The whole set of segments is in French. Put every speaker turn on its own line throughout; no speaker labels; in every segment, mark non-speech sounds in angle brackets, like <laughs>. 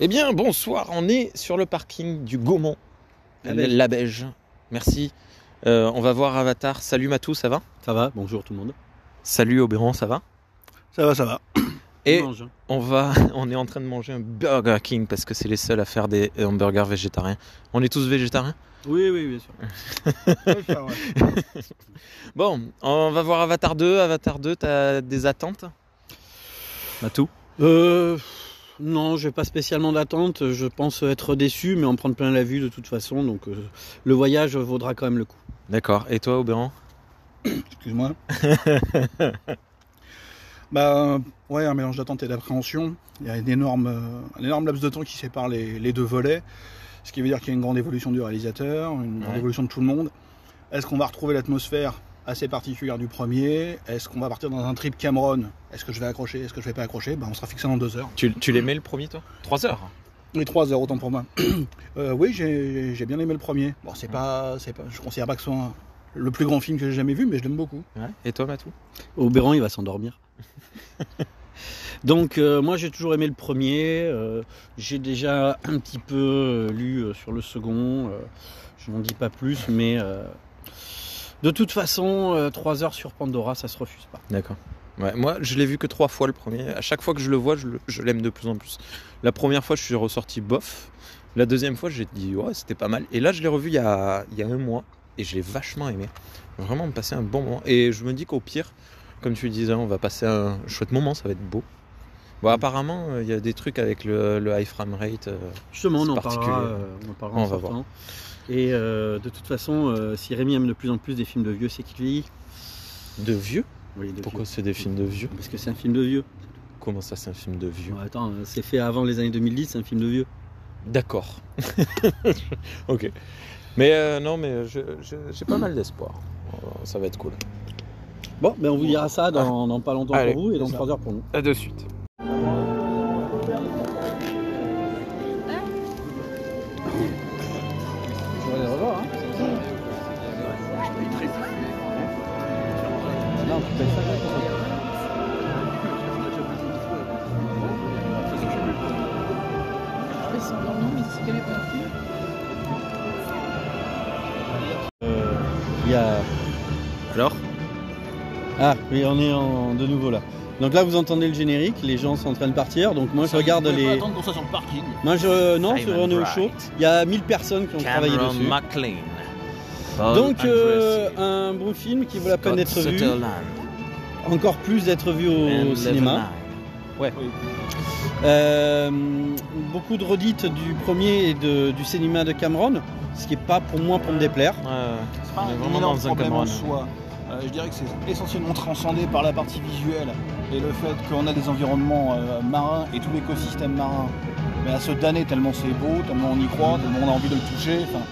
Eh bien, bonsoir, on est sur le parking du Gaumont,
La Beige.
la Beige. Merci. Euh, on va voir Avatar. Salut Matou, ça va
Ça va, bonjour tout le monde.
Salut Obéron, ça va
Ça va, ça va.
Et
On mange, hein.
on va, <laughs> on est en train de manger un Burger King parce que c'est les seuls à faire des hamburgers végétariens. On est tous végétariens
Oui, oui, bien
<laughs>
sûr.
Bon, on va voir Avatar 2. Avatar 2, t'as des attentes Matou
Euh, non, j'ai pas spécialement d'attente. Je pense être déçu, mais en prendre plein la vue de toute façon. Donc euh, le voyage vaudra quand même le coup.
D'accord. Et toi, Obéron
<laughs>
Excuse-moi. bah, ouais, un mélange d'attente et d'appréhension. Il y a une énorme, euh, un énorme laps de temps qui sépare les, les deux volets. Ce qui veut dire qu'il y a une grande évolution du réalisateur, une grande
Ouais.
évolution de tout le monde. Est-ce qu'on va retrouver l'atmosphère assez particulière du premier Est-ce qu'on va partir dans un trip Cameron Est-ce que je vais accrocher Est-ce que je vais pas accrocher bah, On sera fixé dans deux heures.
Tu, tu l'aimais le premier, toi Trois heures
Les trois heures, autant pour moi. <coughs> Euh, oui, j'ai j'ai bien aimé le premier. Bon, c'est
Ouais.
pas, c'est pas, je considère pas que ce soit un- le plus grand film que j'ai jamais vu, mais je l'aime beaucoup.
Ouais. Et toi, Matou
Oberon, il va s'endormir. Donc euh, moi j'ai toujours aimé le premier, euh, j'ai déjà un petit peu euh, lu euh, sur le second, euh, je n'en dis pas plus, mais euh, de toute façon, 3 heures sur Pandora, ça se refuse pas.
D'accord. Ouais, moi, je l'ai vu que trois fois le premier. À chaque fois que je le vois, je le- je l'aime de plus en plus. La première fois, je suis ressorti bof. La deuxième fois, j'ai dit, ouais, c'était pas mal. Et là, je l'ai revu il y a, il y a un mois et je l'ai vachement aimé. Vraiment, on passait un bon moment. Et je me dis qu'au pire, comme tu disais, on va passer un chouette moment, ça va être beau. Bon, apparemment, euh, il y a des trucs avec le, le high frame rate. euh,
Justement, on
C'est
en parlera,
particulier.
euh, on en parlera
On
en
va
sortant. Et euh, de toute façon, euh, si Rémi aime de plus en plus des films de vieux, c'est qu'il vieillit.
de vieux
Oui, de
Pourquoi
vieux.
c'est des films de vieux
Parce que c'est un film de vieux.
Comment ça, c'est un film de vieux
Bon, attends, euh, c'est fait avant les années 2010, c'est un film de vieux.
D'accord. <laughs> ok. Mais euh, non, mais je- je- j'ai pas mal d'espoir. Euh, Ça va être cool.
Bon, ben on vous dira ça dans, dans pas longtemps
Allez,
pour vous et dans
c'est ça.
3 heures pour nous.
À de suite.
hein. Euh, Il y a...
Alors
Ah, oui, on est en- de nouveau là. Donc là, vous entendez le générique, les gens sont en train de partir. Donc moi, je regarde les.
attendre qu'on soit sur le parking.
Moi, je... euh, Non, c'est-
Simon
on est au
Wright.
chaud. Il y a 1000 personnes qui ont travaillé dessus.
McLean.
Donc, euh, un bon film qui vaut la peine d'être vu. Encore plus d'être vu au cinéma. Euh, beaucoup de redites du premier et de- du cinéma de Cameron, ce qui est pas pour moi pour me déplaire.
C'est pas
On est
un
vraiment
énorme
dans un
problème en
Cameron.
soi. Euh, je dirais que c'est essentiellement transcendé par la partie visuelle et le fait qu'on a des environnements euh, marins et tout l'écosystème marin. Mais à se damner tellement c'est beau, tellement on y croit, tellement on a envie de le toucher. enfin,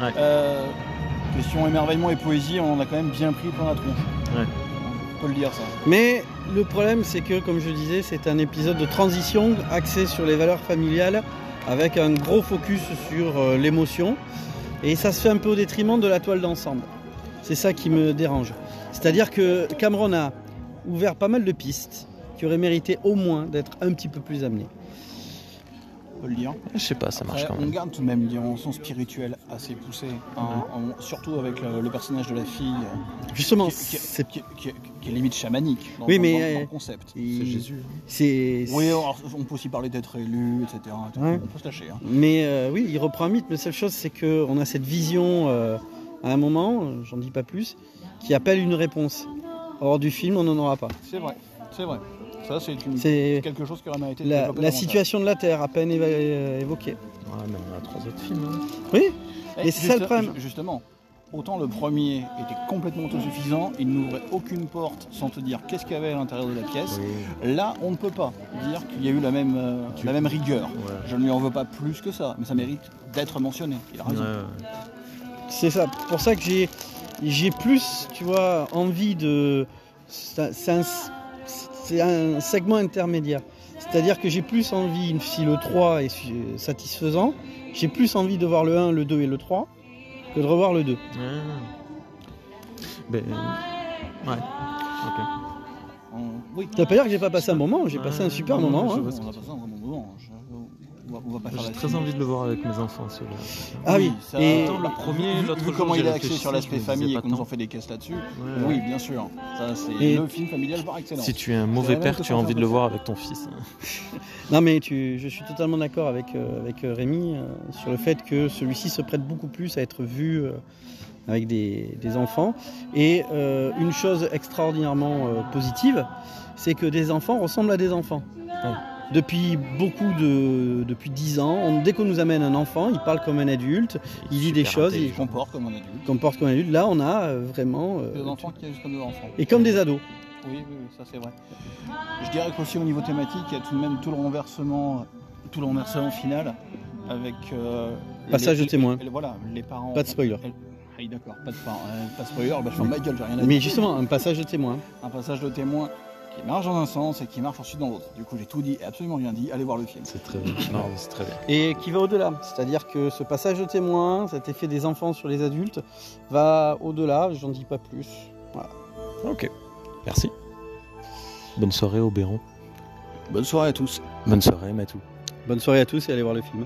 Mm. Ouais.
euh, question émerveillement et poésie, on en a quand même bien pris plein la tronche.
Ouais.
On peut le dire ça.
Mais le problème, c'est que, comme je disais, c'est un épisode de transition axé sur les valeurs familiales, avec un gros focus sur euh, l'émotion. Et ça se fait un peu au détriment de la toile d'ensemble. C'est ça qui me dérange. C'est-à-dire que Cameron a ouvert pas mal de pistes qui auraient mérité au moins d'être un petit peu plus amenées.
On peut le dire.
Je sais pas, ça marche
Après,
quand
on
même.
garde tout de même une dimension spirituelle assez poussée, hein, en- surtout avec euh, le, le personnage de la fille euh,
Justement,
qui, qui-
c'est
qui- qui- qui est limite chamanique dans,
Oui,
dans-
mais,
dans- dans le
euh,
concept.
il-
hein.
c'est-
Oui, alors, on peut aussi parler d'être élu, etc. Attends,
Ouais.
On peut se lâcher. hein.
Mais euh, oui, il reprend un mythe. Mais seule chose, c'est qu'on a cette vision euh, à un moment, euh, j'en dis pas plus, qui appelle une réponse. Hors du film, on n'en aura pas.
C'est vrai, c'est vrai. Ça, c'est une-
C'est
quelque chose qui aurait mérité de
la,
développer
la
davantage.
situation de la Terre, à peine éva- euh, évoquée.
Ouais, mais on a trois autres films. hein.
Oui,
Eh,
mais c'est ça le problème.
ju- Justement, autant le premier était complètement autosuffisant, il n'ouvrait aucune porte sans te dire qu'est-ce qu'il y avait à l'intérieur de la pièce. Là, on ne peut pas dire qu'il y a eu la même, euh,
Tu-
la même rigueur.
Ouais.
Je ne lui en veux pas plus que ça, mais ça mérite d'être mentionné. Il a raison.
Ouais.
c'est ça. Pour ça que j'ai, j'ai plus, tu vois, envie de. C'est un- c'est un, c'est un segment intermédiaire. C'est-à-dire que j'ai plus envie, si le 3 est su- satisfaisant, j'ai plus envie de voir le 1, le 2 et le 3 que de revoir le 2.
Ben, euh, ouais. Ok.
On- Oui.
Ça veut pas dire que j'ai pas passé un moment, j'ai passé un super
Non, non,
moment.
je-
hein.
On a passé un bon moment. Je- On va, on va pas faire
Ah, J'ai
la-
très envie de le voir avec mes enfants, celui-là.
Ah oui,
ça-
et-
Autant le premier,
vu,
l'autre
vu
jour,
comment
j'ai
il est
réfléchi,
axé sur
je me
l'aspect
disais
famille
pas
et qu'on nous
tant.
en fait des caisses là-dessus,
Ouais.
oui, bien sûr. Ça, c'est
Et-
le film familial par excellence.
Si tu es un mauvais
la même
père, tu as envie de le
conférence.
voir avec ton fils.
Non mais tu, je suis totalement d'accord avec, euh, avec euh, Rémi euh, sur le fait que celui-ci se prête beaucoup plus à être vu euh, avec des, des enfants. Et euh, une chose extraordinairement euh, positive, c'est que des enfants ressemblent à des enfants.
Ouais.
Depuis beaucoup de... Depuis 10 ans, on- dès qu'on nous amène un enfant, il parle comme un adulte, il dit
est
des
super
choses, il
Je comporte comme un adulte.
il comporte comme un adulte. Là, on a euh, vraiment... euh,
Des enfants qui agissent comme des enfants.
Et comme des ados.
Oui, oui, oui, ça c'est vrai. Je dirais qu'aussi au niveau thématique, il y a tout de même tout le renversement, tout le renversement final avec. euh,
Passage
les-
de témoin.
les- Voilà, les parents.
Pas de spoiler.
Ah oui, d'accord, pas de, par- euh, pas de spoiler, bah, je ferme ma gueule, j'ai rien à dire.
Mais justement, un passage de témoin.
Un passage de témoin qui marche dans un sens et qui marche ensuite dans l'autre. Du coup, j'ai tout dit et absolument rien dit. Allez voir le film.
C'est très bien. Non, mais c'est très bien.
et qui va au-delà. C'est-à-dire que ce passage de témoin, cet effet des enfants sur les adultes, va au-delà, j'en dis pas plus. Voilà.
Ok. Merci. Bonne soirée, Obéron.
Bonne soirée à tous.
Bonne soirée, Matou.
Bonne soirée à tous et allez voir le film.